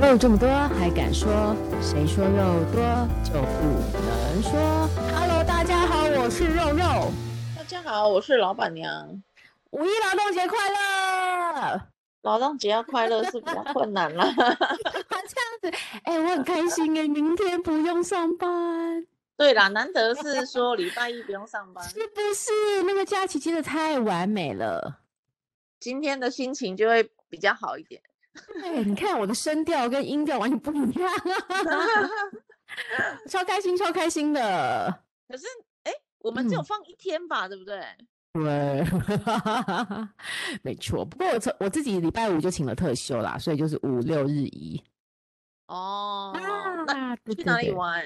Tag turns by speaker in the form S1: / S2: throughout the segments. S1: 肉这么多还敢说？谁说肉多就不能说？Hello，大家好，我是肉肉，
S2: 大家好，我是老板娘。
S1: 五一劳动节快乐！
S2: 劳动节要快乐是比较困难啦。
S1: 啊，这样子，哎、我很开心哎，明天不用上班，
S2: 对啦，难得是说礼拜一不用上班，
S1: 是不是？那个假期真的太完美了。
S2: 今天的心情就会比较好一点。
S1: 哎，你看我的声调跟音调完全不一样，啊 超开心，超开心的。
S2: 可是，哎，我们只有
S1: 嗯
S2: 放一天吧，对不对？
S1: 对， 没错。不过我从我自己礼拜五就请了特休啦，所以就是五六日一。
S2: 哦，那
S1: 啊对
S2: 去
S1: 对
S2: 哪里
S1: 对
S2: 玩？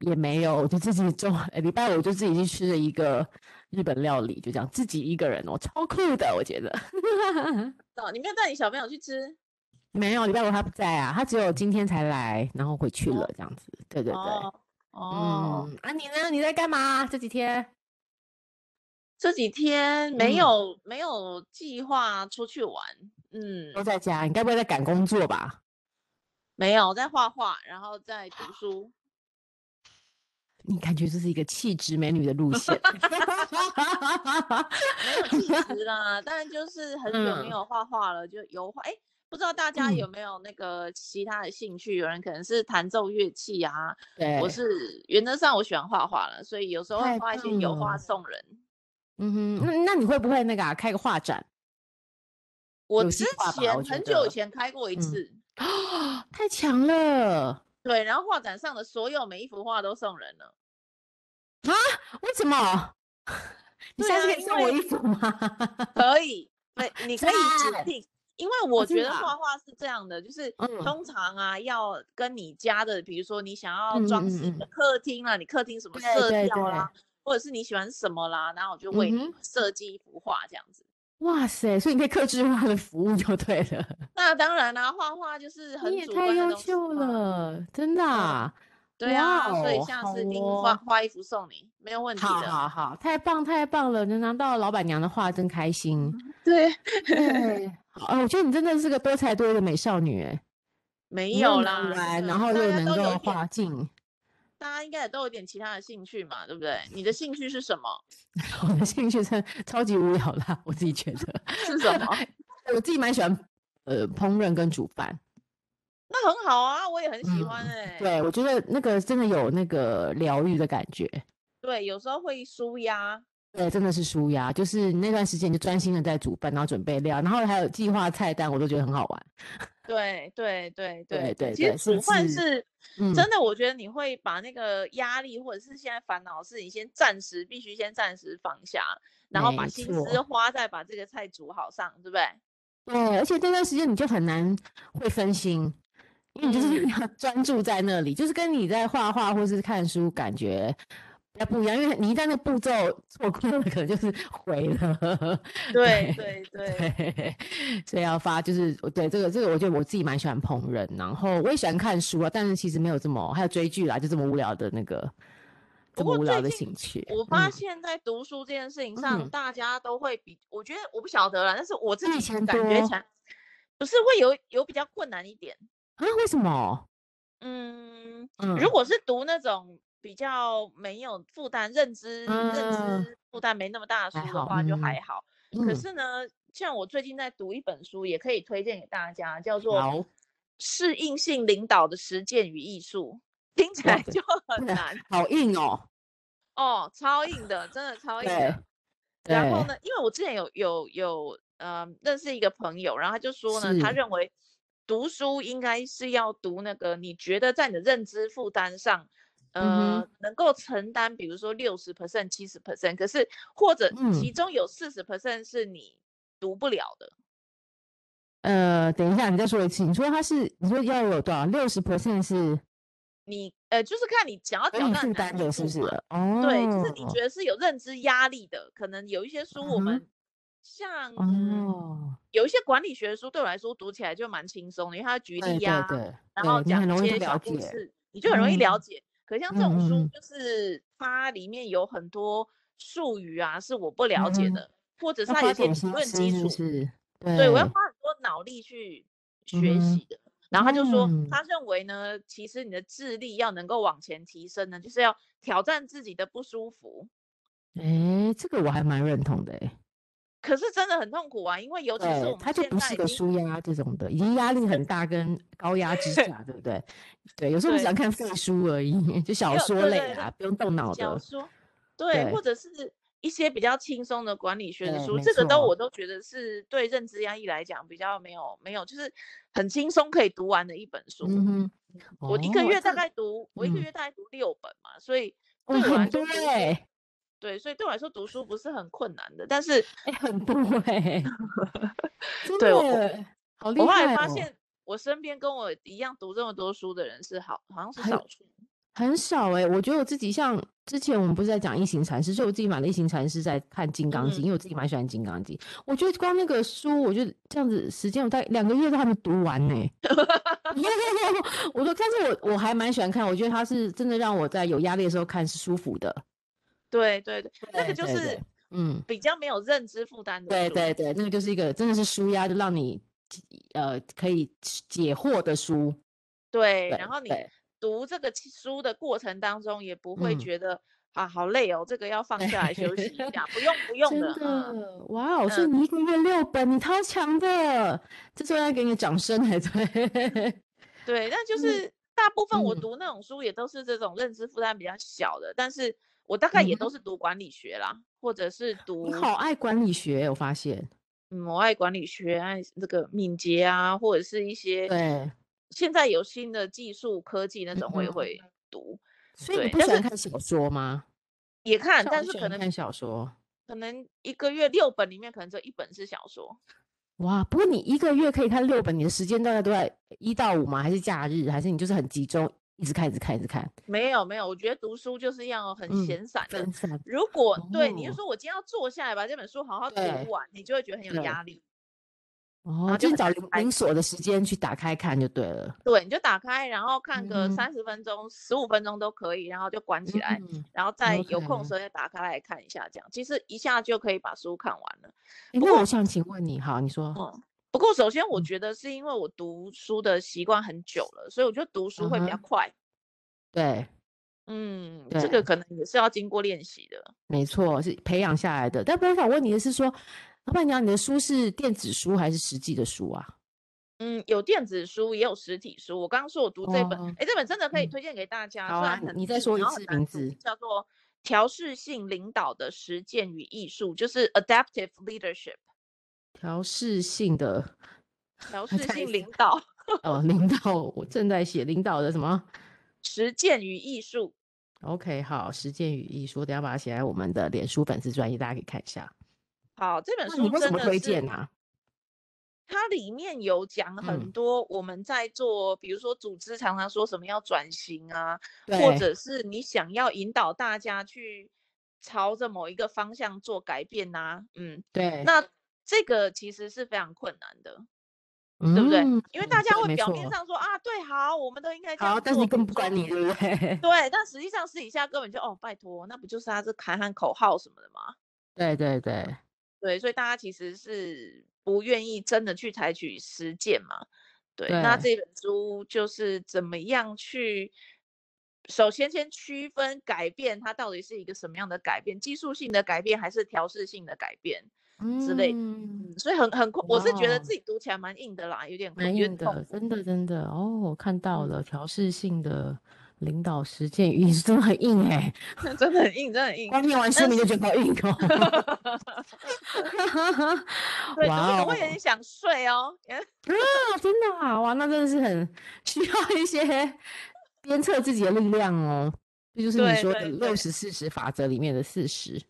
S1: 也没有，我就自己中哎礼拜五就自己去吃了一个日本料理，就这样自己一个人哦，超酷的，我觉得。
S2: 哦，你没有带你小朋友去吃？
S1: 没有，礼拜五他不在啊，他只有今天才来，然后回去
S2: 哦
S1: 了，这样子。对对对，
S2: 哦哦，
S1: 嗯，啊你呢？你在干嘛？这几天？
S2: 这几天没
S1: 嗯
S2: 有没有计划出去玩，嗯，
S1: 都在家，你该不会在赶工作吧？
S2: 没有在画画，然后在读书。
S1: 你感觉这是一个气质美女的路 线。
S2: 没有气质啦，但就是很久
S1: 嗯
S2: 没有画画了，就油画。哎、不知道大家有
S1: 嗯
S2: 没有那个其他的兴趣？有人可能是弹奏乐器啊，
S1: 对，
S2: 我是原则上我喜欢画画了，所以有时候会
S1: 太
S2: 画一些
S1: 棒
S2: 油画
S1: 了
S2: 送人。
S1: 嗯哼，那那你会不会那个啊？开个画展？
S2: 我
S1: 有
S2: 之
S1: 计划吧
S2: 前
S1: 我觉
S2: 很久
S1: 得
S2: 以前开过一
S1: 嗯
S2: 次，哦
S1: 太强了！
S2: 对，然后画展上的所有每一幅画都送人了。
S1: 为什么？ 你
S2: 对
S1: 下次
S2: 啊
S1: 可以
S2: 因
S1: 送我
S2: 为
S1: 衣服吗？
S2: 可以，对，你可以指
S1: 赞
S2: 定，因为我
S1: 真
S2: 觉
S1: 的
S2: 得
S1: 啊
S2: 画画是这样的，就是
S1: 嗯
S2: 通常啊，要跟你家的，比如说你想要
S1: 嗯
S2: 装
S1: 嗯
S2: 饰你的
S1: 嗯
S2: 客厅啊啦，你客厅什么
S1: 对
S2: 色
S1: 对
S2: 调啦，或者是你喜欢什么啦，然后我就为你
S1: 嗯
S2: 设计一幅画这样子。
S1: 哇塞！所以你可以克制化的服务就对了。
S2: 那当然啦、画画就是很
S1: 你也
S2: 主
S1: 太
S2: 观的
S1: 优
S2: 东西
S1: 秀
S2: 嘛。
S1: 了，真的、啊。
S2: 对啊，所以
S1: 哇
S2: 下
S1: 好
S2: 次一定
S1: 哦
S2: 画画一幅送你，没有问题
S1: 好
S2: 嗯的。
S1: 好好，太棒太棒了！能拿到老板娘的画，真开心。
S2: 对，
S1: 对，好呃我觉得你真的是个多才多艺的美少女，哎，
S2: 没
S1: 你
S2: 有
S1: 又
S2: 啦
S1: 能，玩，然
S2: 真的
S1: 后
S2: 大
S1: 又
S2: 家
S1: 能
S2: 都有
S1: 够
S2: 一点
S1: 画境。
S2: 大家应该也都有点其他的兴趣嘛，对不对？你的兴趣是什么？
S1: 我的兴趣真的超级无聊啦，我自己觉得。
S2: 是什么？
S1: 我自己蛮喜欢呃烹饪跟煮饭，
S2: 那很好啊，我也很喜欢
S1: 嗯
S2: 哎、
S1: 对我觉得那个真的有那个疗愈的感觉，
S2: 对，有时候会舒压，
S1: 对，真的是舒压，就是那段时间你就专心的在煮饭，然后准备料，然后还有计划菜单，我都觉得很好玩。
S2: 对对对
S1: 对对
S2: 其实
S1: 对是
S2: 煮饭
S1: 是
S2: 是
S1: 嗯，
S2: 真的，我觉得你会把那个压力或者是现在烦恼的事情先暂时，必须先暂时放下，然后把
S1: 没
S2: 心思
S1: 错
S2: 花在把这个菜煮好上，对不 对？
S1: 对，而且那段时间你就很难会分心，因为你就是
S2: 嗯
S1: 要 专注在那里，就是跟你在画画或是看书感觉。比较不一样，因为你一旦那个步骤错过了，可能就是 毁了。
S2: 对
S1: 对
S2: 对对，
S1: 对， 所以要发就是对这个这个，我觉得我自己蛮喜欢烹饪，然后我也喜欢看书啊，但是其实没有这么还有追剧啦，就这么无聊的那个，
S2: 不
S1: 这
S2: 过
S1: 么无聊
S2: 最
S1: 的兴
S2: 近
S1: 趣。
S2: 我发
S1: 嗯
S2: 现，在读书这件事情上，
S1: 嗯
S2: 大家都会比，我觉得我不晓得啦，但是我自
S1: 比以
S2: 己
S1: 前
S2: 感觉
S1: 多
S2: 起来，不是会有有比较困难一点，
S1: 啊，为什么？
S2: 嗯。
S1: 嗯，
S2: 如果是读那种比较没有负担、认知、认
S1: 嗯
S2: 知负担没那么大的
S1: 还
S2: 书的
S1: 好
S2: 话，就还
S1: 嗯
S2: 好。可
S1: 嗯
S2: 是呢，像我最近在读一本书，也可以推荐给大家，叫做
S1: 好
S2: 《适应性领导的实践与艺术》，听起
S1: 哇
S2: 来
S1: 对
S2: 就很
S1: 对
S2: 难
S1: 好硬哦，
S2: 哦，超硬的，真的超硬
S1: 对
S2: 的。然后
S1: 对
S2: 呢，因为我之前有有有呃认识一个朋友，然后他就说呢，他
S1: 是
S2: 认为读书应该是要读那个你觉得在你的认知负担上，
S1: 嗯
S2: 呃，能够承担，比如说六十 percent、七十 percent，可是或者其
S1: 嗯
S2: 中有四十 percent 是你读不了的。
S1: 呃，等一下，你再说一次，你说他是你说要有多少六十 percent 是
S2: 你呃，就是看你想要
S1: 可
S2: 挑
S1: 以
S2: 战
S1: 负
S2: 的难
S1: 担的，
S2: 程
S1: 是不
S2: 度
S1: 是？
S2: 嘛。
S1: 哦，
S2: 对，就是你觉得是有认知压力的，可能有一些书我
S1: 嗯
S2: 们
S1: 哼
S2: 像嗯，
S1: 哦，
S2: 有一些管理学的书对我来说读起来就蛮轻松的，因为它举
S1: 对
S2: 例
S1: 对
S2: 呀、
S1: 对
S2: 然后
S1: 对，你
S2: 讲
S1: 很
S2: 一
S1: 容易就
S2: 些小
S1: 了
S2: 故
S1: 解，
S2: 事，你就很容易了
S1: 嗯
S2: 解。可像这种
S1: 嗯嗯
S2: 书，
S1: 嗯
S2: 就是它里面有很多术语啊，是我不了
S1: 嗯
S2: 解
S1: 哼
S2: 的，或者是
S1: 要
S2: 它
S1: 花
S2: 有些
S1: 点
S2: 理
S1: 心
S2: 论
S1: 思，
S2: 基
S1: 是不
S2: 础，
S1: 是？
S2: 对我要
S1: 对
S2: 花很多脑力去
S1: 嗯
S2: 学
S1: 哼
S2: 习的。然后他就说，
S1: 嗯
S2: 他认为呢，其实你的智力要能够往前提升呢，就是要挑战自己的不舒服。
S1: 哎，这个我还蛮认同的哎。
S2: 可是真的很痛苦啊，因为尤其是
S1: 对，
S2: 我们
S1: 它就
S2: 现
S1: 不
S2: 在
S1: 是
S2: 已
S1: 个
S2: 经
S1: 舒压这种的，已经压力很大 跟高压之下，对不对？对，有时候我们只
S2: 对
S1: 想看废书而已，就小
S2: 有
S1: 说
S2: 对
S1: 类
S2: 对对
S1: 啊，不用动脑
S2: 小
S1: 的。
S2: 说，对，或
S1: 对
S2: 者是一些比较轻松的管理学的
S1: 对
S2: 书，
S1: 没
S2: 这个都
S1: 错
S2: 我都觉得是对认知压抑来讲比较没有没有，就是很轻松可以读完的一本书。
S1: 嗯哼，
S2: 我一个
S1: 哦
S2: 月
S1: 这
S2: 大概读，我一个
S1: 嗯哦
S2: 月大概读六本嘛，所以
S1: 哇
S2: 对我来
S1: 很
S2: 说
S1: 多
S2: 读书，
S1: 哎，
S2: 对，所以对我来说读书不是很困难的。但是
S1: 哎很多哎，真
S2: 对我
S1: 的好厉
S2: 我后来
S1: 害
S2: 发
S1: 哦
S2: 现，我身边跟我一样读这么多书的人是好，好像是
S1: 还有
S2: 少数。
S1: 很少哎、我觉得我自己像之前我们不是在讲《异形禅师》，所以我自己买了《异形禅师》在看《金刚经》，
S2: 嗯
S1: 因为我自己蛮喜欢《金刚经》。我觉得光那个书，我就这样子时间，我大概两个月都还没读完呢、 我说，但是我我还蛮喜欢看，我觉得它是真的让我在有压力的时候看是舒服的。
S2: 对对对，那
S1: 对
S2: 个就
S1: 对对
S2: 是
S1: 嗯，
S2: 比较没有认知负担的
S1: 对
S2: 书。
S1: 对对，那个就是一个真的是舒压，就让你呃可以解惑的书。
S2: 对，
S1: 对
S2: 然后你
S1: 对
S2: 读这个其书的过程当中，也不会
S1: 嗯
S2: 觉得啊好累哦，这个要放下来休息一下，不用 不用
S1: 真
S2: 的，嗯，
S1: 的，哇哦！所以你一个月六本，你超强的，这时候要给你掌声才对。
S2: 对，但就
S1: 真的
S2: 是大部分我
S1: 嗯
S2: 读那种书也都是这种认知负担比较小的，但是我大概
S1: 嗯
S2: 也
S1: 哼，
S2: 都是读管理学啦，或 者是
S1: 你
S2: 读
S1: 好爱管理学，我发现。
S2: 嗯我爱管理学，爱这个敏捷啊，或者是一些
S1: 对，
S2: 现在有新的技术科技那
S1: 嗯
S2: 种我也
S1: 哼。
S2: 会读，
S1: 所以你
S2: 对，
S1: 不
S2: 但
S1: 喜欢
S2: 是
S1: 看小说吗？
S2: 也看，
S1: 像我
S2: 但
S1: 就是喜
S2: 可
S1: 欢
S2: 能
S1: 看小说。
S2: 可能一个月六本里面可能只有一本是小说。
S1: 哇，不过你一个月可以看六本，你的时间大概都在一到五吗？还是假日？还是你就是很集中，一直看，一直看，一直看？
S2: 没有没有，我觉得读书就是要很
S1: 嗯，
S2: 闲散的。
S1: 分散。
S2: 如果对你就
S1: 哦，
S2: 说我今天要坐下来把这本书好好读
S1: 对
S2: 完，你就会觉得很有
S1: 对，
S2: 压力，然
S1: 哦，
S2: 后
S1: 就是
S2: 就很
S1: 找
S2: 难
S1: 零
S2: 开
S1: 零
S2: 启。
S1: 锁的时间去打开看就对了。
S2: 对，你就打开，然后看个
S1: 嗯
S2: 三十分钟、十五分钟都可以，然后就关起来，
S1: 嗯
S2: 然后再有空的
S1: ，OK。
S2: 时候再打开来看一下，这样其实一下就可以把书看完了。
S1: 哎，
S2: 不
S1: 那我
S2: 过，
S1: 想请问你，好，你说，
S2: 嗯，不过首先我
S1: 嗯
S2: 觉得是因为我读书的习惯很久了，所以我觉得读书
S1: 嗯
S2: 会比较
S1: 哼，
S2: 快。
S1: 对
S2: 嗯，这个
S1: 对，
S2: 可能也是要经过练习的。
S1: 没错，是培养下来的。但不过我想问你的是说，老板娘，你的书是电子书还是实际的书啊？
S2: 嗯，有电子书，也有实体书。我刚刚说我读这本，
S1: 哦，
S2: 哎，这本真的可以
S1: 嗯，
S2: 推荐给大家，
S1: 好
S2: 虽
S1: 啊，
S2: 然
S1: 你
S2: 很
S1: 你再
S2: 硬，
S1: 说一
S2: 然后很
S1: 次
S2: 难
S1: 名
S2: 读，
S1: 字。
S2: 叫做《调试性领导的实践与艺术》，就是 Adaptive Leadership，
S1: 调试性的，
S2: 调
S1: 还
S2: 试
S1: 在
S2: 性领导
S1: 哦，领导，我正在写领导的什么
S2: 实践与艺术。
S1: ？OK，好，实践与艺术，等一下把它写在我们的脸书粉丝专页，大家可以看一下。
S2: 好，这本
S1: 那你
S2: 书
S1: 为什
S2: 真
S1: 么
S2: 的
S1: 推
S2: 是
S1: 荐啊？
S2: 它里面有讲很
S1: 嗯，
S2: 多我们在做，比如说组织常常说什么要转型啊，或
S1: 对，
S2: 者是你想要引导大家去朝着某一个方向做改变呐、嗯，
S1: 对，
S2: 那这个其实是非常困难的，对不对？
S1: 嗯，
S2: 因为大家
S1: 对，
S2: 会
S1: 没
S2: 表面
S1: 错。
S2: 上说啊，对，好，我们都应该这
S1: 好，
S2: 样
S1: 但是
S2: 做，
S1: 你
S2: 比
S1: 根
S2: 如
S1: 本不
S2: 说。
S1: 管你，对不对？
S2: 对，但实际上私底下根本就哦，拜托，那不就是他这喊喊口号什么的吗？
S1: 对对对，
S2: 对，所以大家其实是不愿意真的去采取实践嘛。对，那
S1: 对，
S2: 这本书就是怎么样去，首先先区分改变，它到底是一个什么样的改变，技术性的改变还是调试性的改变之类的。
S1: 嗯，
S2: 嗯，所以很很困，我
S1: 哇
S2: 是觉得
S1: 哦，
S2: 自己读起来蛮硬的啦，有点困，
S1: 蛮
S2: 有
S1: 硬
S2: 点痛
S1: 的，
S2: 苦。
S1: 真的真的哦，我看到
S2: 嗯，
S1: 了调试性的领导实践语义是真的很硬 哎、
S2: 真的很硬，真的很硬。
S1: 光念完书
S2: 但
S1: 名
S2: 是，
S1: 就觉得好硬哦，
S2: 对，读一
S1: 哇
S2: 读会有点
S1: 哦，
S2: 想睡哦。
S1: 啊， 真的啊，哇，那真的是很需要一些 鞭策自己的力量哦，这就是你
S2: 对
S1: 说的
S2: 对
S1: 六
S2: 对。
S1: 十四十法则里面的四十，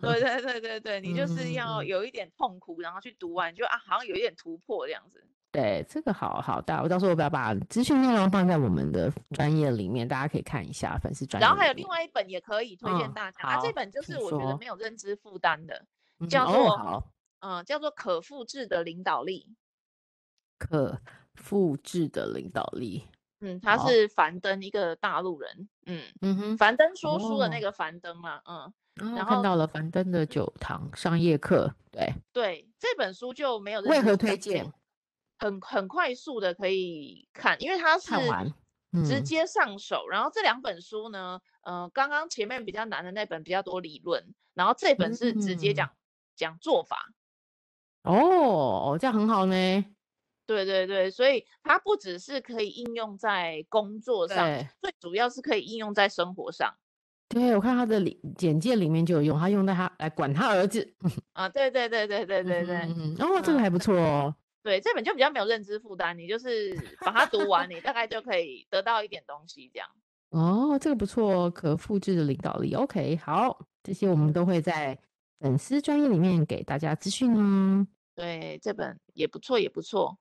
S2: 对对对对对，你就是
S1: 嗯
S2: 要
S1: 嗯。
S2: 有一点痛苦，然后去读完，就啊，好像有一点突破这样子。
S1: 对，这个好好大，我到时候我要把资讯内容放在我们的专业里面，大家可以看一下粉丝专
S2: 然
S1: 业
S2: 后还
S1: 里
S2: 有另
S1: 面。
S2: 外一本也可以推荐
S1: 嗯，
S2: 大家，啊，这
S1: 好，
S2: 本就
S1: 请
S2: 是我觉得
S1: 说。
S2: 没有认知负担的，
S1: 嗯，
S2: 叫
S1: 哦，
S2: 做
S1: 好，
S2: 嗯、呃叫做可复制的领导力。
S1: 可复制的领导力，
S2: 嗯，他
S1: 好，
S2: 是樊登一个大陆人，嗯，
S1: 嗯哼，
S2: 樊登说书的那
S1: 哦，
S2: 个樊登嘛，嗯，
S1: 然后
S2: 然
S1: 看
S2: 后
S1: 到了樊登的
S2: 嗯
S1: 九堂商业课，对，
S2: 对这本书就没有认
S1: 为
S2: 知
S1: 何
S2: 负担
S1: 推
S2: 的。
S1: 荐？
S2: 很很快速的可以看，因为它是
S1: 看完
S2: 直
S1: 嗯
S2: 接上手。然后这两本书呢，呃，刚刚前面比较难的那本比较多理论，然后这本是直接
S1: 嗯
S2: 讲、讲做法。
S1: 哦哦，这样很好呢。
S2: 对对对，所以它不只是可以应用在工作上，
S1: 对，
S2: 最主要是可以应用在生活上。
S1: 对我看他的里简介里面就有用，他用在他来管他儿子。
S2: 啊，对对对对对对对、
S1: 嗯哼嗯哼哦，这个
S2: 嗯
S1: 还不错哦。
S2: 对，这本就比较没有认知负担，你就是把它读完，你大概就可以得到一点东西这样。
S1: 哦，这个不错哦，可复制的领导力。OK，好，这些我们
S2: 嗯
S1: 都会在粉丝专业里面给大家资讯哦。
S2: 对，这本也不错，也不错。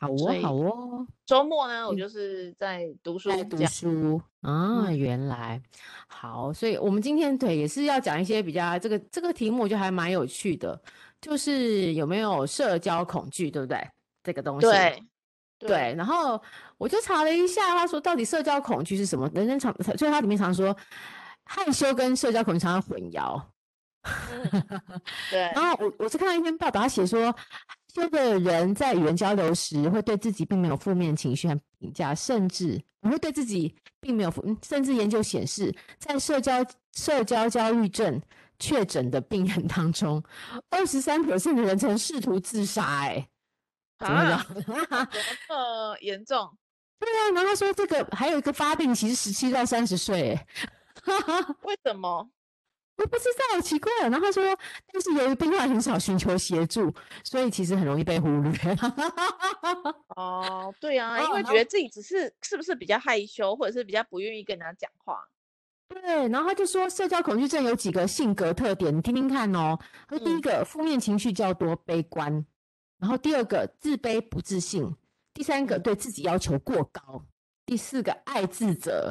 S1: 好
S2: 所
S1: 哦，
S2: 以
S1: 好哦，
S2: 周末呢，我
S1: 嗯
S2: 就是在读书
S1: 在
S2: 这
S1: 读
S2: 样。
S1: 书啊，原来好，所以我们今天对也是要讲一些比较这个这个题目，我觉得还蛮有趣的，就是有没有社交恐惧，对不对？这个东西，
S2: 对，
S1: 对，然后我就查了一下，他说到底社交恐惧是什么？人人常，所以他里面常说害羞跟社交恐惧常常混淆。
S2: 嗯，对，
S1: 然后我我是看到一篇报道，他写说，害羞的人在与人交流时，会对自己并没有负面情绪和评价，甚至你会对自己并没有负，嗯甚至研究显示，在社交社交焦虑症确诊的病人当中，二十三的人曾试图自杀、欸，哎，怎么
S2: 啊，
S1: 了？
S2: 怎么这么严重？
S1: 对啊，然后他说这个还有一个发病期是十七到三十岁，哎
S2: 为什么？
S1: 我不知道，好奇怪哦。然后他说，但是由于病患很少寻求协助，所以其实很容易被忽略。
S2: 哦，对啊，因
S1: 哦
S2: 为
S1: 然
S2: 觉得自己只是是不是比较害羞，或者是比较不愿意跟人家讲话？
S1: 对，然后他就说，社交恐惧症有几个性格特点，你听听看哦。他说，第一
S2: 嗯
S1: 个，负面情绪较多，悲观；然后第二个，自卑不自信；第三个，
S2: 嗯
S1: 对自己要求过高；第四个，爱自责；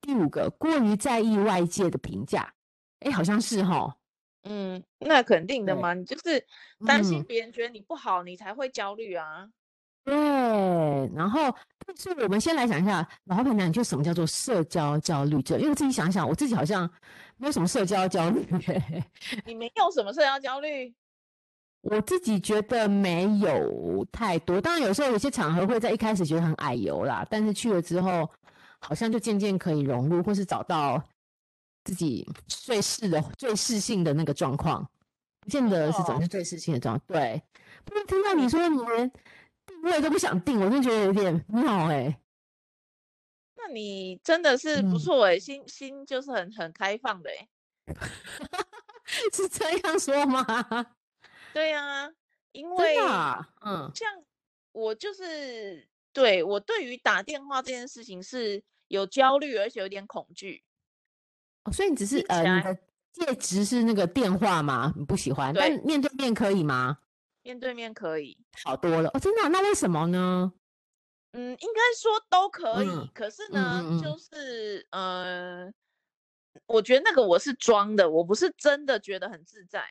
S1: 第五个，过于在意外界的评价。哎，好像是哈、
S2: 嗯，那肯定的
S1: 对
S2: 嘛，你就是担心
S1: 嗯
S2: 别人觉得你不好，你才会焦虑啊。
S1: 对，然后，但是我们先来讲一下，老板娘，你觉得什么叫做社交焦虑症？因为我自己想想，我自己好像没有什么社交焦虑欸、
S2: 你没有什么社交焦虑，
S1: 我自己觉得没有太多。当然，有时候有些场合会在一开始觉得很矮油啦，但是去了之后，好像就渐渐可以融入，或是找到自己最适的、最适性的那个状况，不见得是总
S2: 哦嗯
S1: 是最适性的状况。对，不然听到你说你连定位都不想定，我真的觉得有点妙哎、
S2: 那你真的是不
S1: 嗯
S2: 错哎、心心就是很很开放的哎、
S1: 是这样说吗？
S2: 对啊，因
S1: 真
S2: 为
S1: 的啊、嗯，
S2: 像我就是对我对于打电话这件事情是有焦虑，而且有点恐惧。
S1: 哦所以你只是
S2: 听起
S1: 呃，你
S2: 来
S1: 的介质是那个电话吗？你不喜欢，但
S2: 对
S1: 面对面可以吗？
S2: 面对面可以，
S1: 好多了哦，真的啊、那为什么呢？
S2: 嗯，应该说都可以。
S1: 嗯
S2: 可是
S1: 嗯
S2: 呢，
S1: 嗯
S2: 就
S1: 嗯
S2: 是呃，我觉得那个我是装的，我不是真的觉得很自在。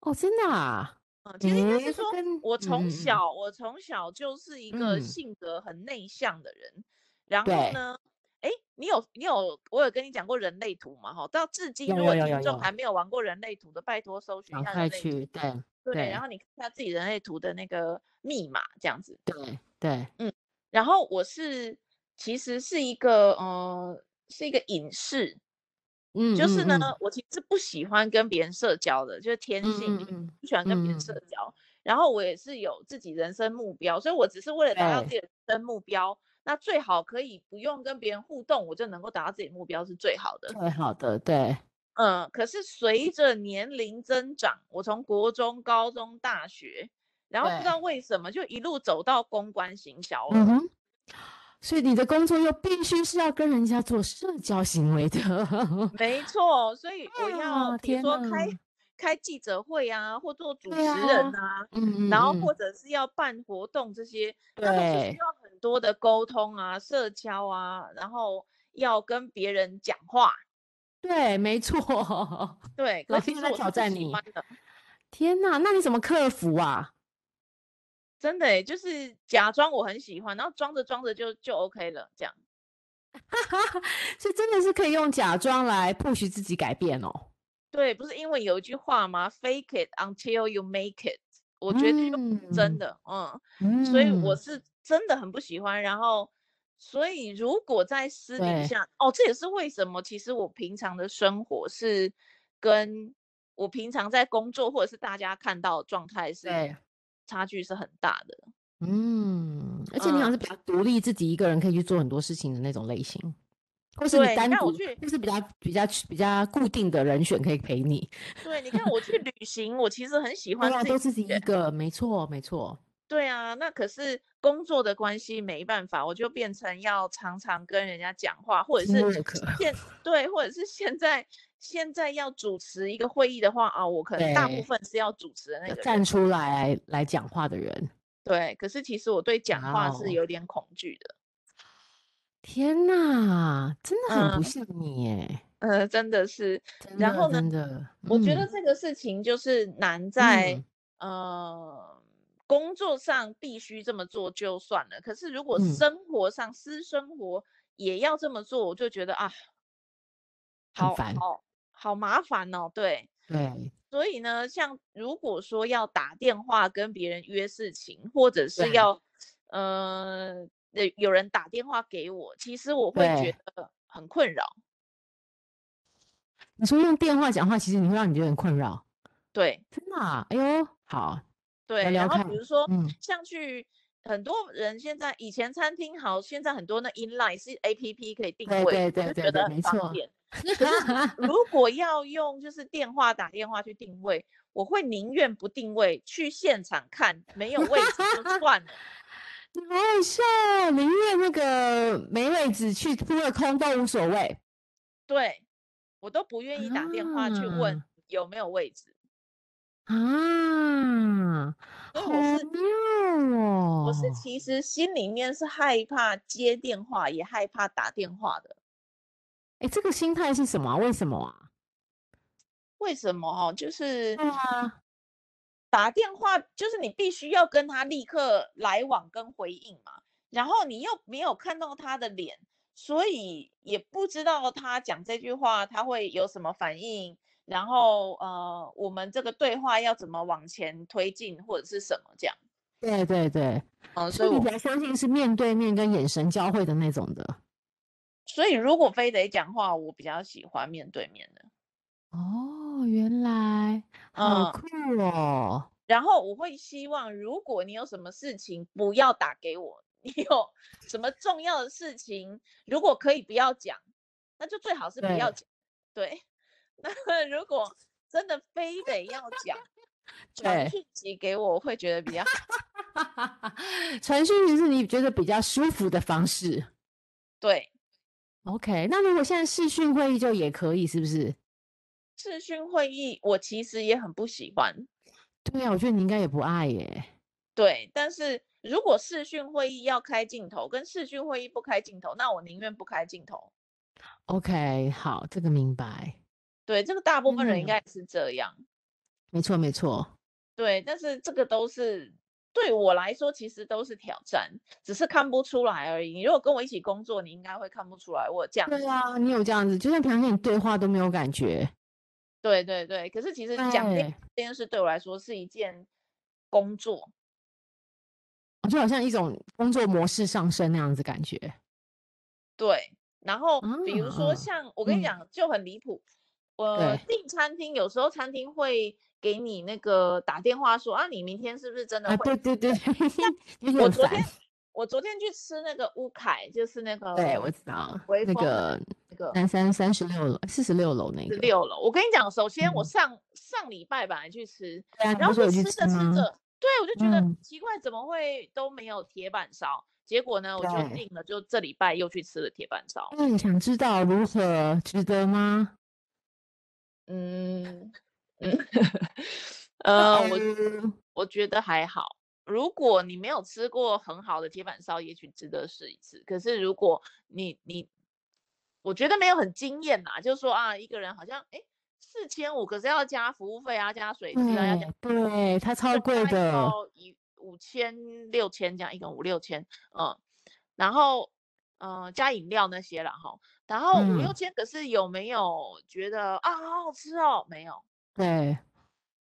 S1: 哦，真的啊，
S2: 嗯，其实应该
S1: 诶
S2: 是
S1: 这
S2: 说，
S1: 跟
S2: 我
S1: 嗯嗯
S2: 从
S1: 嗯
S2: 小、我从小就是一个
S1: 嗯
S2: 性格很内向的人，然后
S1: 对
S2: 呢，哎，你有你有我有跟你讲过人类图嘛？哈，到至今
S1: 有
S2: 如果
S1: 有有
S2: 听
S1: 有
S2: 众
S1: 有
S2: 还没有玩过人类图的，拜托搜寻一
S1: 赶
S2: 下人
S1: 快
S2: 类图，
S1: 去，对
S2: 对，
S1: 对
S2: 然后你看一下自己人类图的那个密码这样子。
S1: 对对，
S2: 然后我是其实是一个呃是一个隐士，
S1: 嗯，
S2: 就是呢，
S1: 嗯
S2: 我其实不喜欢跟别人社交的，就是天
S1: 嗯
S2: 性
S1: 嗯嗯
S2: 不喜欢跟别人
S1: 嗯
S2: 社交。然后我也是有自己人生目标，所以我只是为了达到
S1: 对
S2: 自己的人生目标，那最好可以不用跟别人互动，我就能够达到自己的目标是最好的
S1: 嗯，。最好的对，
S2: 嗯，可是随着年龄增长，我从国中、高中、大学，然后不知
S1: 对
S2: 道为什么就一路走到公关行销了。
S1: 嗯哼。所以你的工作又必须是要跟人家做社交行为的，嗯
S2: 没错，所以我要
S1: 啊
S2: 比
S1: 天
S2: 如说开
S1: 哪
S2: 开记者会啊，或做主持
S1: 对
S2: 人
S1: 啊
S2: 啊，
S1: 嗯嗯
S2: 然后
S1: 嗯
S2: 或者是要办活动这些，那都是
S1: 对
S2: 需要很多的沟通啊、社交啊，然后要跟别人讲话。
S1: 对，没错。
S2: 对，可
S1: 老
S2: 其
S1: 天
S2: 实
S1: 在
S2: 我是
S1: 挑
S2: 不
S1: 战
S2: 喜
S1: 你
S2: 欢的，
S1: 天呐，那你怎么克服啊？
S2: 真的欸就是假装我很喜欢，然后装着装着就就 OK 了，这样。
S1: 是真的是可以用假装来 push 自己改变哦。
S2: 对，不是英文有一句话吗？Fake it until you make it。我觉得就不是真
S1: 嗯
S2: 的，嗯，
S1: 嗯，
S2: 所以我是真的很不喜欢。然后，所以如果在私底
S1: 对
S2: 下，哦，这也是为什么其实我平常的生活是跟我平常在工作或者是大家看到的状态是
S1: 对，
S2: 差距是很大的。
S1: 嗯，而且你好像是比较独立，自己一个人可以去做很多事情的那种类型，或是你
S2: 对
S1: 单
S2: 那我
S1: 独，
S2: 去
S1: 就是比较比较比较固定的人选可以陪你，
S2: 对，你看 我去旅行，我其实很喜欢
S1: 对啊，
S2: 自
S1: 都
S2: 己
S1: 自己
S2: 一个
S1: 一个，没错没错，
S2: 对啊，那可是工作的关系没办法，我就变成要常常跟人家讲话，或者是
S1: Teamwork
S2: 现对，或者是现在现在要主持一个会议的话啊，我可能大部
S1: 对
S2: 分是要主持的那
S1: 要
S2: 个人，
S1: 站出来来讲话的人，
S2: 对。可是其实我对讲话
S1: 哇哦
S2: 是有点恐惧的，
S1: 天哪，真的很不
S2: 嗯
S1: 像你耶，
S2: 呃，真的是。
S1: 真
S2: 然
S1: 的
S2: 后呢，
S1: 真的，
S2: 我觉得
S1: 嗯
S2: 这个事情就是难在
S1: 嗯
S2: 呃工作上必须这么做就算了，可是如果
S1: 嗯，
S2: 生活上私生活也要这么做，我就觉得啊。
S1: 很
S2: 好
S1: 烦，
S2: 好好麻烦哦，对。
S1: 对
S2: 所以呢，像如果说要打电话跟别人约事情，或者是
S1: 对
S2: 要，呃，呃有人打电话给我，其实我会觉
S1: 对，
S2: 得很困扰。
S1: 你说用电话讲话，其实你会让你觉得很困扰，
S2: 对
S1: 真的啊，哎呦，好，聊
S2: 对，然
S1: 聊
S2: 后比
S1: 看，
S2: 如说
S1: 嗯。
S2: 像去很多人现在以前餐厅好，现在很多那 inline 是 APP 可以定
S1: 对
S2: 位的，
S1: 对
S2: 我
S1: 对
S2: 就
S1: 对对，
S2: 觉得很
S1: 没
S2: 方
S1: 错。
S2: 便。可是如果要用就是电话打电话去定位，我会宁愿不定位，去现场看，没有位置 就算了。
S1: 你好好笑哦！宁愿那个没位置去扑了空都无所谓
S2: 对我都不愿意打电话去问
S1: 啊
S2: 有没有位置，
S1: 啊，
S2: 所以
S1: 好
S2: 哦我是
S1: 妙
S2: 我是
S1: 哦！
S2: 其实心里面是害怕接电话，也害怕打电话的。
S1: 哎，这个心态是什么啊？为什么啊？
S2: 为什么哦？就是
S1: 对啊，
S2: 打电话，就是你必须要跟他立刻来往跟回应嘛，然后你又没有看到他的脸，所以也不知道他讲这句话他会有什么反应，然后呃，我们这个对话要怎么往前推进或者是什么这样，
S1: 对对对，
S2: 嗯、
S1: 所
S2: 所以
S1: 以你
S2: 我
S1: 比较相信是面对面跟眼神交汇的那种的
S2: 所以如果非得讲话，我比较喜欢面对面的，
S1: 哦，原来好
S2: 嗯，
S1: 酷哦！
S2: 然后我会希望，如果你有什么事情，不要打给我。你有什么重要的事情，如果可以不要讲，那就最好是不要
S1: 对
S2: 讲。对， 那如果真的非得要讲，传
S1: 对，
S2: 讯息给我，我会觉得比较好。
S1: 传讯息是你觉得比较舒服的方式。
S2: 对，
S1: OK，那如果现在视讯会议就也可以，是不是？
S2: 视讯会议我其实也很不喜欢。
S1: 对啊，我觉得你应该也不爱耶。
S2: 对，但是如果视讯会议要开镜头，跟视讯会议不开镜头，那我宁愿不开镜头。
S1: OK，好，这个明白。
S2: 对，这个大部
S1: 天
S2: 分人应
S1: 呐，
S2: 该也是这样。
S1: 没错没错，
S2: 对，但是这个都是对我来说，其实都是挑战，只是看不出来而已。你如果跟我一起工作，你应该会看不出来我有这样
S1: 对
S2: 子。
S1: 啊，你有这样子，就算平常跟你对话都没有感觉。
S2: 对对对，可是其实讲电
S1: 对，
S2: 这件事对我来说是一件工作。
S1: 我就好像一种工作模式上升那样子感觉。
S2: 对，然后
S1: 啊，
S2: 比如说像我跟
S1: 嗯，
S2: 你讲，就很离谱。我
S1: 对，
S2: 订餐厅，有时候餐厅会给你那个打电话说啊，你明天是不是真的
S1: 啊，
S2: 会？
S1: 对对对，
S2: 像
S1: 有
S2: 我
S1: 点
S2: 昨天，
S1: 烦。
S2: 我昨天去吃那个乌凯，就是那
S1: 对，
S2: 个
S1: 我知道
S2: 呃微
S1: 那
S2: 风的
S1: 个
S2: 那个。
S1: 南山三十六楼、四十六楼那
S2: 十
S1: 个。
S2: 六楼。我跟你讲，首先我
S1: 嗯，
S2: 上上礼拜本来去吃，
S1: 对啊，你不
S2: 然后
S1: 是
S2: 就
S1: 有去
S2: 吃
S1: 吃
S2: 着吃
S1: 吗？
S2: 着，对我就觉得
S1: 嗯，
S2: 奇怪，怎么会都没有铁板烧？结果呢，我就
S1: 对。
S2: 定了，就这礼拜又去吃了铁板烧。
S1: 那你想知道如何值得吗？
S2: 嗯嗯，
S1: 那
S2: 呃，我
S1: 嗯，
S2: 我觉得还好。如果你没有吃过很好的铁板烧，也许值得试一次。可是如果你你，我觉得没有很惊艳呐，就是说啊，一个人好像诶四千五，可是要加服务费啊，加水资啊，要加
S1: 对对，它超
S2: 就大
S1: 贵
S2: 概要
S1: 的，
S2: 一五千六千这样，一个五六千，嗯，然后嗯、呃加饮料那些了哈，然后五六
S1: 嗯，
S2: 千，可是有没有觉得啊好好吃哦？没有，
S1: 对，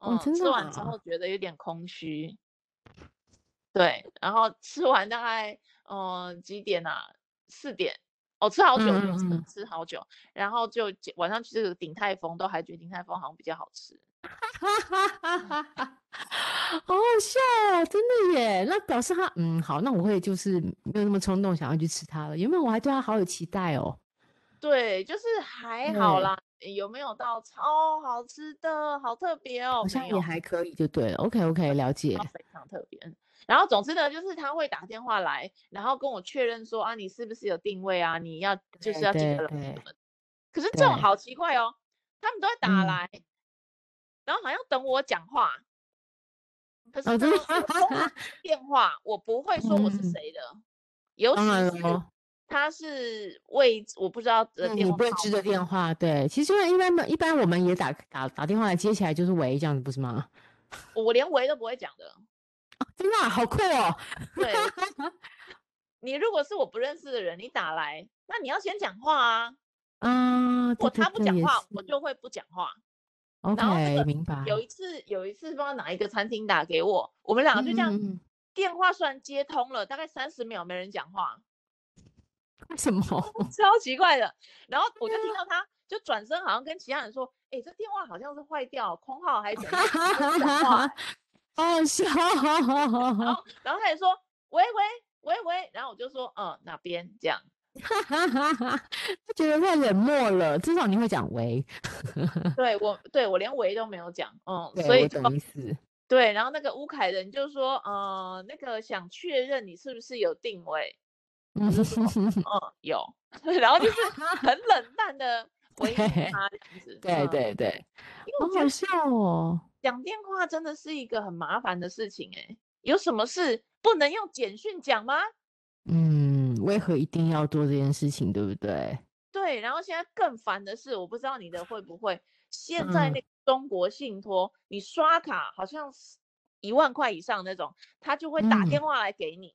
S1: 哦
S2: 嗯，
S1: 真
S2: 吃
S1: 的
S2: 完之
S1: 啊
S2: 后觉得有点空虚，对，然后吃完大概嗯、呃几点啊？四点，哦，吃好久，
S1: 嗯
S2: 我吃
S1: 嗯嗯
S2: 吃好久，然后就解晚上去这个鼎泰丰，都还觉得鼎泰丰好像比较好吃。
S1: 哈哈哈哈哈，好好笑哦，真的耶！那表示他，嗯，好，那我会就是没有那么冲动想要去吃它了。原本我还对它好有期待哦。
S2: 对，就是还好
S1: 对
S2: 啦，有没有到超好吃的，好特别哦？
S1: 好像
S2: 没
S1: 也
S2: 有，哦
S1: 还可以就对了。OK OK，了解
S2: 到。非常特别。然后总之呢，就是他会打电话来，然后跟我确认说啊，你是不是有定位啊？你要就
S1: 对
S2: 是要几
S1: 对
S2: 个人
S1: 对
S2: 什么的。可是这种
S1: 对
S2: 好奇怪哦，他们都会打
S1: 嗯
S2: 来，然后好像等我讲话。可是
S1: 哦
S2: 呢，
S1: 真的
S2: 我通常接电话我不会说我是
S1: 嗯
S2: 谁的，尤其
S1: 当然
S2: 是
S1: 喽，
S2: 他是位置我不知道的
S1: 嗯，
S2: 电
S1: 你
S2: 话
S1: 不会
S2: 号
S1: 知的电话，对。其实一般一般我们也打打打电话来接起来就是喂这样子，不是吗？
S2: 码，我连喂都不会讲的。
S1: 哦真的啊、好酷哦！
S2: 对， 你如果是我不认识的人，你打来，那你要先讲话啊。
S1: 啊，
S2: 如果
S1: 对对
S2: 他不
S1: 对，
S2: 讲
S1: 也是啊
S2: 话，我就会不讲话。然后那
S1: OK，
S2: 个
S1: 明白。
S2: 有一次，有一次不知道哪一个餐厅打给我，我们两个就这样，
S1: 嗯，
S2: 电话虽然接通了，大概三十秒没人讲话，
S1: 为什么？
S2: 超奇怪的。然后我就听到他就转身，好像跟其他人说：“哎、这电话好像是坏掉，空号还是怎样？”没人讲 话
S1: 好好笑
S2: 然
S1: 哦！
S2: 后，然后他也说：“喂喂喂喂。”然后我就说：“嗯，哪边？”这样。
S1: 他觉得太冷漠了，至少你会讲喂，
S2: 对我，对我连喂都没有讲，嗯，
S1: 对
S2: 所以
S1: 我
S2: 就
S1: 懂意思。
S2: 对，然后那个乌凯人就说，呃，那个想确认你是不是有定 位，
S1: 嗯
S2: 我就说嗯，有， 然后就是很冷 淡的回应
S1: 对
S2: 他这样子，
S1: 对
S2: 嗯，
S1: 对对，
S2: 因为
S1: 好
S2: 我觉
S1: 好
S2: 得
S1: 笑哦。
S2: 讲电话真的是一个很麻烦的事情、欸，有什么事不能用简讯讲吗？
S1: 嗯，为何一定要做这件事情，对不对？
S2: 对，然后现在更烦的是，我不知道你的会不会，现在
S1: 嗯
S2: 那个中国信托，你刷卡好像是一万块以上那种，他就会打
S1: 嗯
S2: 电话来给你，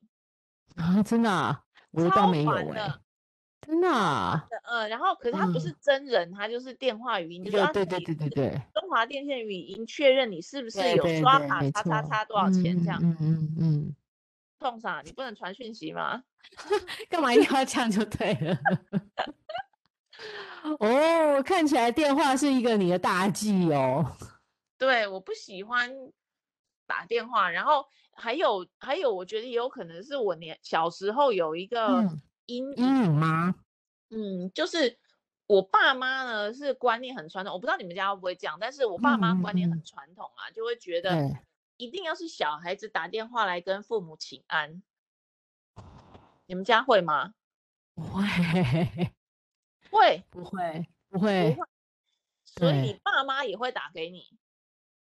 S1: 啊，真的啊、我的倒
S2: 超
S1: 没有
S2: 烦
S1: 哎、
S2: 的。
S1: 真的、啊。
S2: 嗯、呃然后可是他不是真人，他就是电话语音，就
S1: 对
S2: 说啊
S1: 对对
S2: 你
S1: 对对
S2: 是
S1: 对，
S2: 中华电信语音确认你是不是
S1: 对
S2: 有
S1: 对
S2: 刷
S1: 对，
S2: 卡
S1: 没
S2: 叉
S1: 错。
S2: 叉叉多少钱这样，
S1: 嗯嗯嗯嗯
S2: 送啥？你不能传讯息吗？
S1: 嗯，干嘛一定要这样就对了？ 哦，看起来电话是一个你的大忌哦。
S2: 对，我不喜欢打电话，然后还有还有，我觉得也有可能是我年小时候有一个
S1: 嗯
S2: 阴影，
S1: 阴影吗？
S2: 嗯，就是我爸妈呢是观念很传统，我不知道你们家会不会这样，但是我爸妈
S1: 嗯嗯
S2: 观念
S1: 嗯
S2: 很传统啊，就会觉得
S1: 对，
S2: 一定要是小孩子打电话来跟父母请安，你们家会吗？
S1: 不会，
S2: 会，
S1: 不会，不
S2: 不
S1: 会
S2: 会，，所以你
S1: 对
S2: 爸妈也会打给你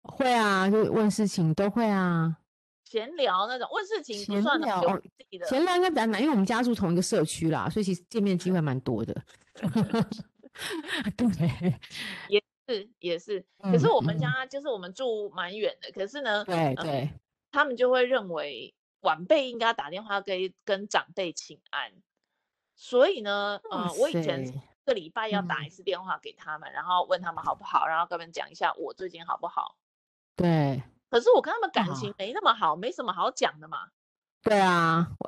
S1: 会啊，就问事情都会啊。
S2: 闲聊那种，问事情不
S1: 闲
S2: 算的，
S1: 聊
S2: 有
S1: 哦
S2: 自己的。
S1: 前聊应该比较难，因为我们家住同一个社区啦，所以其实见面机会蛮多的。 对，
S2: 是也是，可是
S1: 嗯
S2: 我们
S1: 嗯
S2: 家就是我们住蛮远的，可是呢，
S1: 对
S2: 呃
S1: 对，
S2: 他们就会认为晚辈应该打电话给跟长辈请安，所以呢，
S1: 哇
S2: 呃，我以前是
S1: 塞
S2: 一个礼拜要打
S1: 嗯
S2: 一次电话给他们，然后问他们好不好，然后跟他们讲一下我最近好不好。
S1: 对
S2: 可是我跟他们感
S1: 哇
S2: 情没那么好，没什么好讲的嘛。
S1: 对啊， 我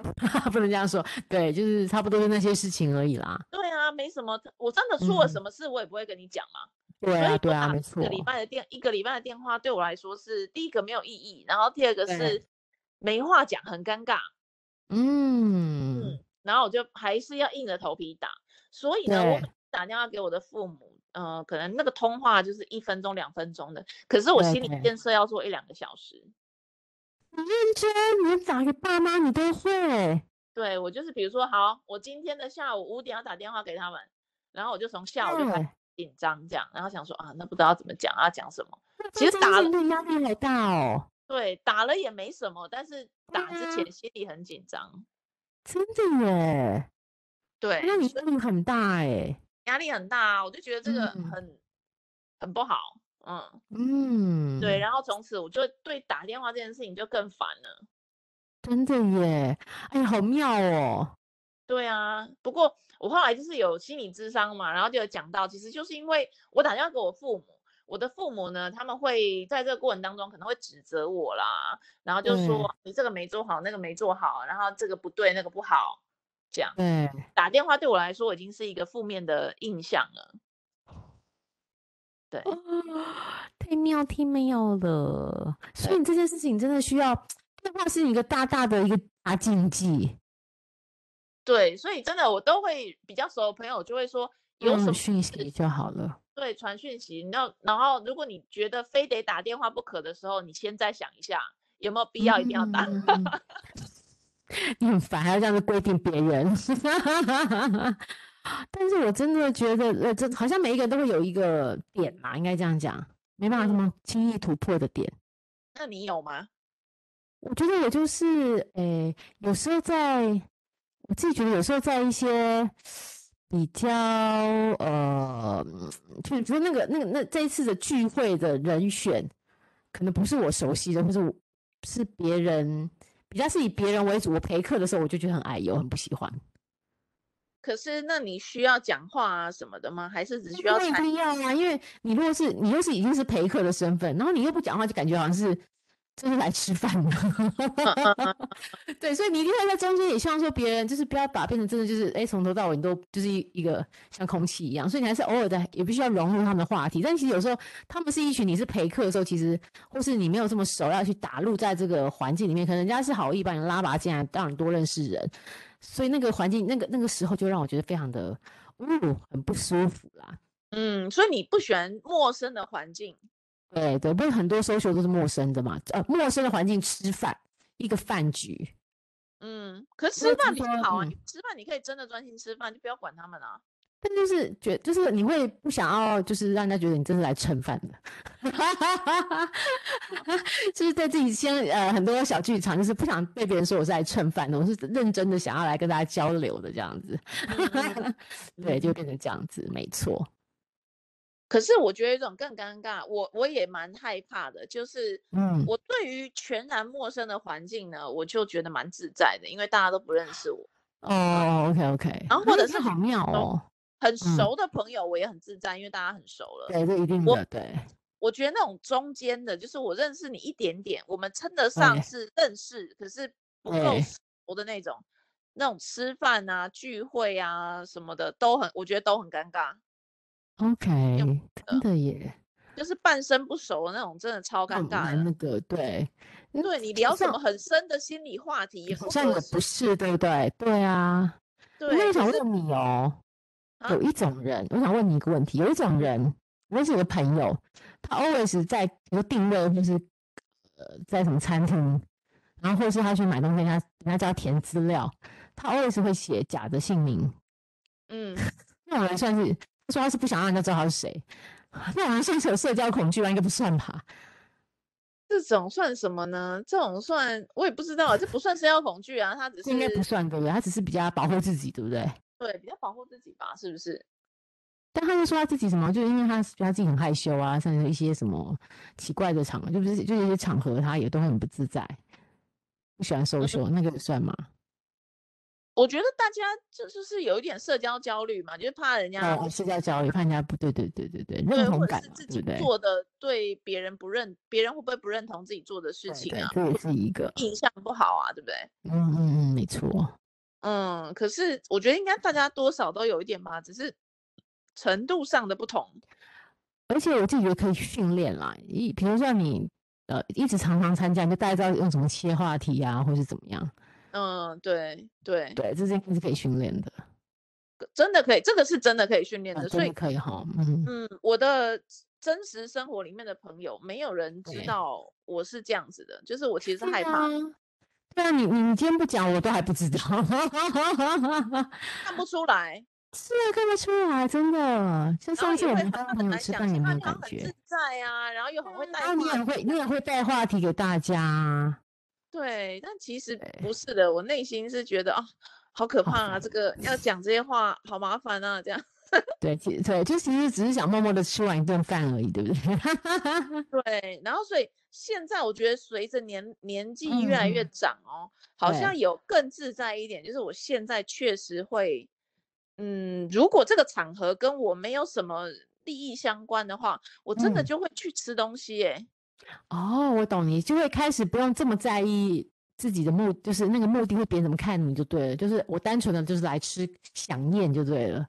S1: 不能这样说，对，就是差不多是那些事情而已啦。
S2: 对啊，没什么，我真的出了什
S1: 嗯
S2: 么事，我也不会跟你讲嘛。
S1: 对
S2: 所以
S1: 啊，
S2: 我
S1: 对啊，
S2: 打
S1: 没
S2: 四个
S1: 错，
S2: 礼拜的电，一个礼拜的电话对我来说是第一个没有意义，然后第二个
S1: 对
S2: 是没话讲，很尴尬，
S1: 嗯，
S2: 嗯，然后我就还是要硬着头皮打。所以呢，我
S1: 对
S2: 每次打电话给我的父母，呃，可能那个通话就是一分钟、两分钟的，可是我
S1: 对
S2: 心理
S1: 对
S2: 建设要做一两个小时。
S1: 很认真，你打给爸妈你都会，
S2: 对我就是，比如说，好，我今天的下午五点要打电话给他们，然后我就从下午就开始
S1: 对，
S2: 紧张这样，然后想说啊，那不知道怎么讲啊，讲什么？其
S1: 那这
S2: 实
S1: 件
S2: 打
S1: 事
S2: 了
S1: 情对你压力好大哦。
S2: 对，打了也没什么，但是
S1: 对
S2: 打之
S1: 啊
S2: 前心里很紧张，
S1: 真的耶，
S2: 对，
S1: 哎那你
S2: 所
S1: 压
S2: 以
S1: 力很大哎。
S2: 压力很大啊，我就觉得这个
S1: 嗯
S2: 很很不好，嗯，
S1: 嗯，
S2: 对，然后从此我就对打电话这件事情就更烦了，
S1: 真的耶，哎呀，好妙哦。
S2: 对啊，不过我后来就是有心理智商嘛，然后就有讲到，其实就是因为我打电话给我父母，我的父母呢，他们会在这个过程当中可能会指责我啦，然后就说你这个没做好，那个没做好，然后这个不对，那个不好，这样
S1: 对，
S2: 打电话对我来说已经是一个负面的印象了。对，
S1: 哦啊太妙太妙了。所以你这件事情真的需要变化是一个大大的一个大禁忌，
S2: 对，所以真的我都会比较熟的朋友就会说有什
S1: 用
S2: 么
S1: 嗯讯息就好了。
S2: 对传讯息，那然后如果你觉得非得打电话不可的时候，你先再想一下有没有必要一定要打。
S1: 嗯。 嗯嗯你很烦，还要这样子规定别人。 但是我真的觉得，呃，这好像每一个人都会有一个点嘛，应该这样讲，没办法
S2: 嗯
S1: 这么轻易突破的点。
S2: 那你有吗？
S1: 我觉得我就是，诶、有时候在，我自己觉得有时候在一些比较，呃，就比如那个那个那这一次的聚会的人选，可能不是我熟悉的，或是我是别人，比较是以别人为主。我陪客的时候，我就觉得很哎呦，很不喜欢。
S2: 可是那你需要讲话啊什么的吗？还是只需要
S1: 那一
S2: 参？
S1: 定要啊，因为你如果是你又是已经是陪客的身份，然后你又不讲话，就感觉好像是真是来吃饭的。 对，所以你一定会在中间，也希望说别人就是不要把变成真的就是哎，从头到尾你都就是一一个像空气一样，所以你还是偶尔的也必须要融入他们的话题。但其实有时候他们是一群你是陪客的时候，其实或是你没有这么熟，要去打入在这个环境里面，可能人家是好意把你拉拔进来，让你多认识人，所以那个环境那个那个时候就让我觉得非常的。嗯，很不舒服啦。
S2: 嗯，所以你不喜欢陌生的环境。
S1: 对对，不是很多 social 都是陌生的嘛，呃，陌生的环境吃饭，一个饭局，
S2: 嗯，可是
S1: 我只
S2: 吃饭
S1: 是
S2: 比较
S1: 说
S2: 好啊，
S1: 嗯
S2: 你吃饭你可以真的专心吃饭，就不要管他们 啊。
S1: 但就是觉就是你会不想要，就是让人家觉得你真是来蹭饭的， 就是对自己先呃很多小剧场，就是不想被别人说我是来蹭饭的，我是认真的想要来跟大家交流的这样子，
S2: 嗯
S1: 对，就变成这样子，没错，
S2: 可是我觉得有一种更尴尬，我我也蛮害怕的，就是
S1: 嗯，
S2: 我对于全然陌生的环境呢，我就觉得蛮自在的，因为大家都不认识我，
S1: 哦，OK OK，
S2: 然后或者是
S1: 好妙
S2: 懂
S1: 哦，
S2: 很
S1: 嗯
S2: 熟的朋友我也很自在，因为大家很熟了。
S1: 对，这一定
S2: 哦我
S1: 的，对，
S2: 我觉得那种中间的，就是我认识你一点点，我们称得上
S1: 对
S2: 是认识，可是不够
S1: 对
S2: 熟的那种，那种吃饭啊、聚会啊什么的都很，我觉得都很尴尬，
S1: ，OK，真
S2: 的
S1: 的耶。
S2: 就是半生不熟的那种，真的超
S1: 那
S2: 尴尬
S1: 蛮
S2: 的。
S1: 那个对，嗯
S2: 对你
S1: 就
S2: 聊什
S1: 哦像
S2: 么很深的心理话题，也
S1: 好
S2: 不
S1: 像
S2: 合
S1: 也不
S2: 适。
S1: 是，对不对？对啊，那
S2: 对，
S1: 我
S2: 就
S1: 想
S2: 是
S1: 问你哦，
S2: 啊
S1: 有一种人，我想问你一个问题，有一种人，我认识有个朋友，他 always 在比如定位或是呃在什么餐厅，然后或是他去买东西，他人家叫他填资料，他 always 会写假的姓名，
S2: 嗯，
S1: 那种人算是他说他是不想让人家知道他是谁，那种人算是有社交恐惧吗？应该不算吧。
S2: 这种算什么呢？这种算我也不知道，这不算社交恐惧啊，他只
S1: 这应该不
S2: 是
S1: 算对不对？他只是比较保护自己，对不对？
S2: 对比较保护自己吧，是不是？
S1: 但他就说他自己什么，就是因为他觉得他自己很害羞啊，甚至一些什么奇怪的场合，就不是就是一些场合，他也都很不自在，不
S2: 嗯
S1: 喜欢 social，那个也算吗？
S2: 我觉得大家就就是有一点社交焦虑嘛，就是怕人家
S1: 呃，社交交流，怕人家不对，对对对对，认
S2: 对，
S1: 同
S2: 或者
S1: 感
S2: 是
S1: 嘛
S2: 自，
S1: 对
S2: 己
S1: 不对？
S2: 做的对别人不认，别人会不会不认同自己做的事
S1: 对
S2: 情
S1: 对
S2: 啊？，
S1: 这也是一个，
S2: 印象不好啊，对不对？
S1: 嗯嗯嗯，没错，
S2: 嗯，可是我觉得应该
S1: 嗯
S2: 大家多少都有一点吧，只是程度上的不同。
S1: 而且我自己觉得可以训练啦，一比如说你呃一直常常参加，你就大概知道用什么切话题啊，或是怎么样，
S2: 嗯，对对，
S1: 对，这是是可以训练的，
S2: 真的可以，这个是真的可以训练
S1: 啊，
S2: 的。所
S1: 真的
S2: 以，
S1: 可以哈，嗯，
S2: 嗯，我的真实生活里面的朋友，没有人知
S1: 对
S2: 道我是这样子的，就是我其实
S1: 对
S2: 害怕，
S1: 啊对啊，你你你今天不讲，我都还不知道。 是
S2: 看不出来。
S1: 啊，看得出来，真的。像
S2: 然后
S1: 上次
S2: 也
S1: 我
S2: 会
S1: 们
S2: 很
S1: 跟
S2: 很
S1: 朋友
S2: 难
S1: 吃
S2: 想
S1: 饭，有
S2: 象，
S1: 没有感
S2: 啊你好像很
S1: 觉
S2: 自？在啊，然后又很会带
S1: 然后你
S2: 话
S1: 也会，
S2: 题
S1: 你也
S2: 啊
S1: 会带话题给大家啊，
S2: 对，但其实
S1: 对
S2: 不是的，我内心是觉得啊，好可
S1: 好
S2: 怕啊，
S1: 烦
S2: 这个要讲这些话好麻烦啊，这样。
S1: 对，其对，就其实只是想默默的吃完一顿饭而已，对不对？
S2: 对，然后所以现在我觉得随着年年纪越来越
S1: 嗯
S2: 长哦，好像
S1: 对
S2: 有更自在一点，就是我现在确实会，嗯，如果这个场合跟我没有什么利益相关的话，我真的
S1: 嗯
S2: 就会去吃东西耶、
S1: 哦，我懂你，就会开始不用这么在意自己的目，就是那个目的会别人怎么看你就对了，就是我单纯的就是来吃享宴就对了，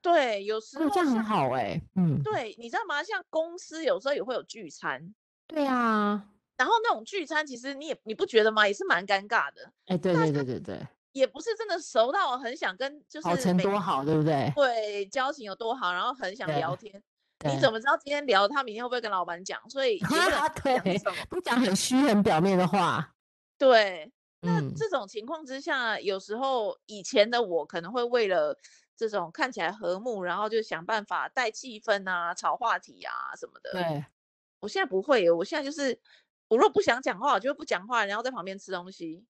S2: 对，有时
S1: 哦，
S2: 候
S1: 这样很
S2: 像
S1: 好哎、嗯，
S2: 对，你知道吗？像公司有时候也会有聚餐，
S1: 对啊，
S2: 然后那种聚餐其实你也你不觉得吗？也是蛮尴尬的，
S1: 哎、对
S2: 大
S1: 对
S2: 家
S1: 对对对，
S2: 也不是真的熟到很想跟就是
S1: 好成
S2: 每
S1: 多好，对不对？
S2: 对交情有多好，然后很想
S1: 对
S2: 聊天。
S1: 对
S2: 你怎么知道今天聊他明天会不会跟老板讲？所以也不 能讲
S1: 对
S2: 什么。
S1: 不讲很虚很表面的话，
S2: 对， 那
S1: 嗯，
S2: 这种情况之下，有时候以前的我可能会为了这种看起来和睦，然后就想办法带气氛啊、炒话题啊什么的。
S1: 对，
S2: 我现在不会耶，我现在就是我如果不想讲话，我就会不讲话，然后在旁边吃东西。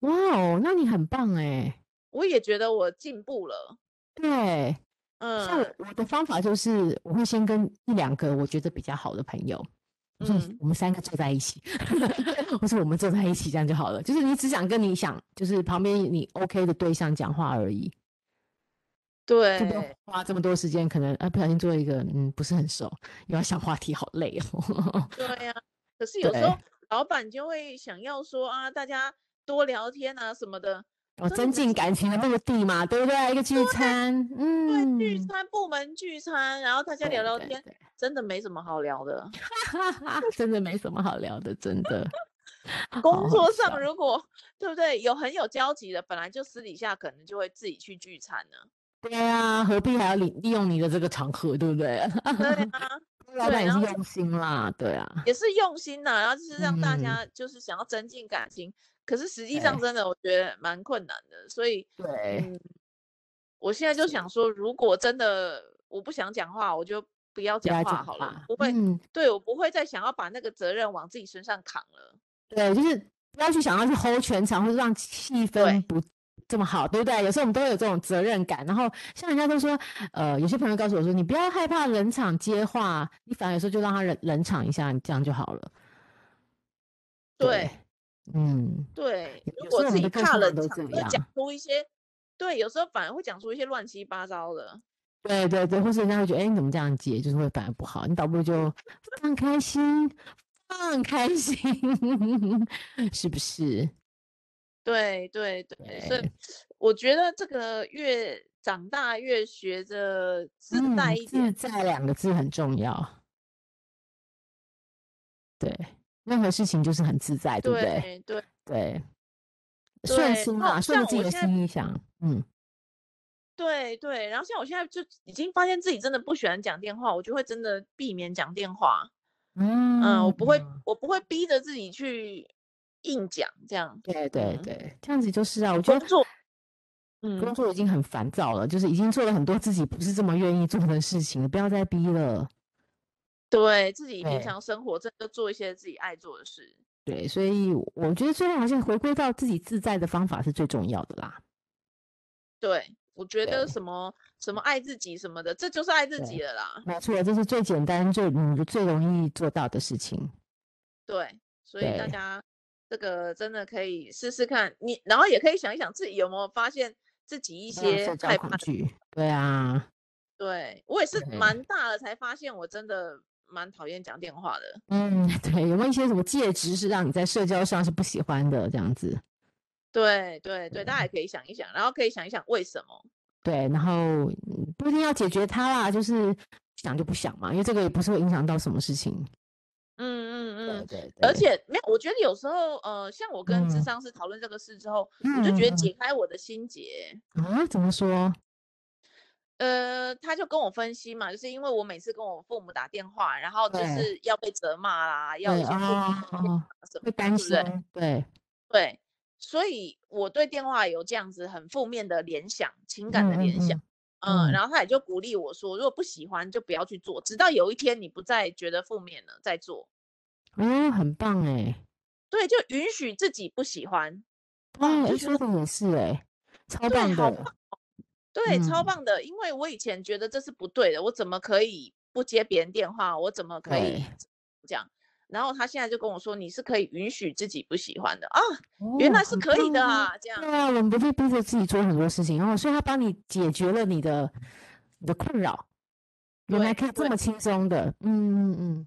S1: 哇哦，那你很棒哎、
S2: 我也觉得我进步了，
S1: 对，像
S2: 嗯
S1: 我我的方法就是，我会先跟一两个我觉得比较好的朋友，我说
S2: 嗯
S1: 我们三个坐在一起， 我说我们坐在一起这样就好了。就是你只想跟你想，就是旁边你 OK 的对象讲话而已，就不用
S2: 对，
S1: 花这么多时间。可能啊，不小心做一个嗯不是很熟，又要想话题，好累哦。
S2: 对呀、可是有时
S1: 对
S2: 候，老板就会想要说啊，大家多聊天啊什么的。
S1: 哦，
S2: 真的
S1: 增
S2: 只
S1: 进
S2: 是
S1: 感情的目的嘛，对不对？一个聚餐，
S2: 对，聚
S1: 嗯，
S2: 餐部门聚餐，然后大家聊
S1: 对
S2: 聊
S1: 对
S2: 天，
S1: 对，
S2: 真的没什么好聊的。
S1: 真的没什么好聊的，真的。 好
S2: 工
S1: 好
S2: 作
S1: 笑
S2: 上如果对不对有很有交集的，本来就私底下可能就会自己去聚餐呢。
S1: 对啊，何必还要利利用你的这个场合，对不对？
S2: 对啊，
S1: 老
S2: 对
S1: 板也
S2: 然
S1: 是
S2: 后
S1: 用心啦，对啊，
S2: 也是用心呐、然后就是让大
S1: 嗯
S2: 家就是想要增进感情，可是实际上
S1: 对
S2: 真的我觉得蛮困难的，所以
S1: 对，
S2: 嗯，我现在就是想说，如果真的我不想讲话，我就不要
S1: 不
S2: 讲
S1: 要
S2: 话
S1: 讲
S2: 好了，
S1: 话，
S2: 不会，
S1: 嗯，
S2: 对我不会再想要把那个责任往自己身上扛了。
S1: 对，就是不要去想要去 hold 全场，或者让气氛
S2: 对
S1: 不这么好，对不对？有时候我们都会有这种责任感，然后像人家都说，呃，有些朋友告诉我说，你不要害怕冷场接话，你反而有时候就让他冷冷场一下，这样就好了。
S2: 对，
S1: 嗯，
S2: 对，
S1: 有
S2: 如
S1: 有时
S2: 果
S1: 候我
S2: 自
S1: 们
S2: 己
S1: 的个
S2: 怕
S1: 性
S2: 冷
S1: 都
S2: 场，
S1: 这
S2: 会讲
S1: 样，
S2: 出一些，对，有时候反而会讲出一些乱七八糟的。
S1: 对对对，或是人家会觉得，哎，你怎么这样接，就是会反而不好，你倒不如就放开心，放开心， 是不是？
S2: 对对对，所以
S1: 对，
S2: 我觉得这个越长大越学着自在
S1: 嗯，
S2: 一
S1: 自
S2: 点。
S1: 在两个字很重要。对，任何事情就是很自在，对不对？
S2: 对对
S1: 对，顺
S2: 对
S1: 心
S2: 那
S1: 啦，顺着
S2: 像
S1: 自己
S2: 我
S1: 的
S2: 现在
S1: 心意想，嗯，
S2: 对对，然后像我现在就已经发现自己真的不喜欢讲电话，我就会真的避免讲电话。嗯，我
S1: 嗯，
S2: 不会，我不会逼着自己去硬讲这样。
S1: 对对
S2: 嗯，
S1: 对，这样子就是啊，我觉
S2: 工
S1: 得
S2: 作，
S1: 工
S2: 嗯，
S1: 作已经很烦躁了，就是已经做了很多自己不是这么愿意做的事情了，不要再逼了。
S2: 对自己平
S1: 对
S2: 常生活真的做一些自己爱做的事。
S1: 对，所以我觉得最后还是回归到自己自在的方法是最重要的啦。
S2: 对，我觉
S1: 对
S2: 得什么什么爱自己什么的，这就是爱自
S1: 对
S2: 己了啦。
S1: 没错，这是最简单、最嗯最容易做到的事情。
S2: 对，所以大
S1: 对，
S2: 家这个真的可以试试看，你然后也可以想一想自己有没有发现自己一
S1: 没有嗯社
S2: 些
S1: 交
S2: 害
S1: 恐
S2: 怕的。
S1: 惧。对啊，
S2: 对，我也是
S1: 对，
S2: 蛮大了才发现，我真的蛮讨厌讲电话的。
S1: 嗯， 对，有没有一些什么介质是让你在社交上是不喜欢的这样子？
S2: 对对对，大家也
S1: 对
S2: 可以想一想，然后可以想一想为什么。
S1: 对，然后嗯不一定要解决它啦，就是想就不想嘛，因为这个也不是会影响到什么事情。
S2: 嗯嗯
S1: 对
S2: 嗯，
S1: 对
S2: 而
S1: 对，
S2: 且没有，我觉得有时候呃，像我跟智
S1: 嗯
S2: 商师讨论这个事之后，我就
S1: 嗯
S2: 觉得
S1: 嗯
S2: 解开我的心结。
S1: 嗯啊，怎么说？
S2: 呃，他就跟我分析嘛，就是因为我每次跟我父母打电话，然后就
S1: 对
S2: 是要被责骂啦，要
S1: 对
S2: 一些负面
S1: 啊、
S2: 的影响
S1: 哦，
S2: 啊什么
S1: 会
S2: 的，
S1: 担
S2: 对不
S1: 心，哦
S2: 对？
S1: 对，
S2: 对，所以我对电话有这样子很负面的联想，情感的
S1: 嗯
S2: 联想，
S1: 嗯
S2: 嗯、
S1: 嗯
S2: 然后他也就鼓励我说，如果不喜欢就不要去做，直到有一天你不再觉得负面了再做，
S1: 嗯，哦，很棒哎，
S2: 对，就允许自己不喜欢，哇，我
S1: 对，
S2: 就
S1: 哎，
S2: 觉
S1: 说
S2: 得
S1: 的也是哎，超
S2: 对，
S1: 棒
S2: 好
S1: 的，
S2: 棒，对，超
S1: 嗯，
S2: 棒的，因为我以前觉得这是不对的，我怎么可以不接别人电话？我怎么可
S1: 对，
S2: 以这样？然后他现在就跟我说，你是可以允许自己不喜欢的啊，原
S1: 哦，
S2: 来是
S1: 很
S2: 可以
S1: 棒
S2: 的
S1: 啊！
S2: 啊，这样
S1: 对啊，我们不会逼着自己做很多事情，然后所以他帮你解决了你的你的困扰，原来
S2: 对
S1: 可以这
S2: 对
S1: 么轻松的，嗯嗯嗯，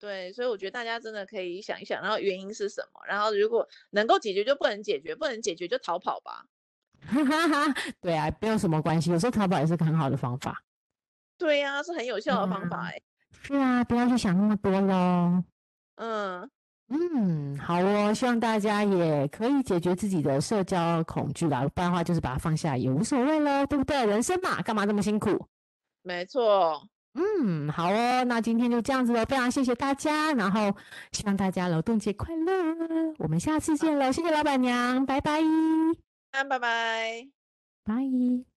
S2: 对，所以我觉得大家真的可以想一想，然后原因是什么，然后如果能够解决就不能解决，不能解决就逃跑吧。
S1: 哈哈哈， 对啊，没有什么关系，有时候淘宝也是个很好的方法。
S2: 对呀、是很有效的方
S1: 嗯
S2: 法哎、
S1: 是啊，不要去想那么多喽。
S2: 嗯，
S1: 嗯，好哦，希望大家也可以解决自己的社交恐惧啦，不然的话就是把它放下也无所谓喽，对不对？人生嘛，干嘛这么辛苦？
S2: 没错。
S1: 嗯，好哦，那今天就这样子喽，非常谢谢大家，然后希望大家劳动节快乐，我们下次见喽，谢谢老板娘，拜拜，
S2: 那拜拜。
S1: 拜。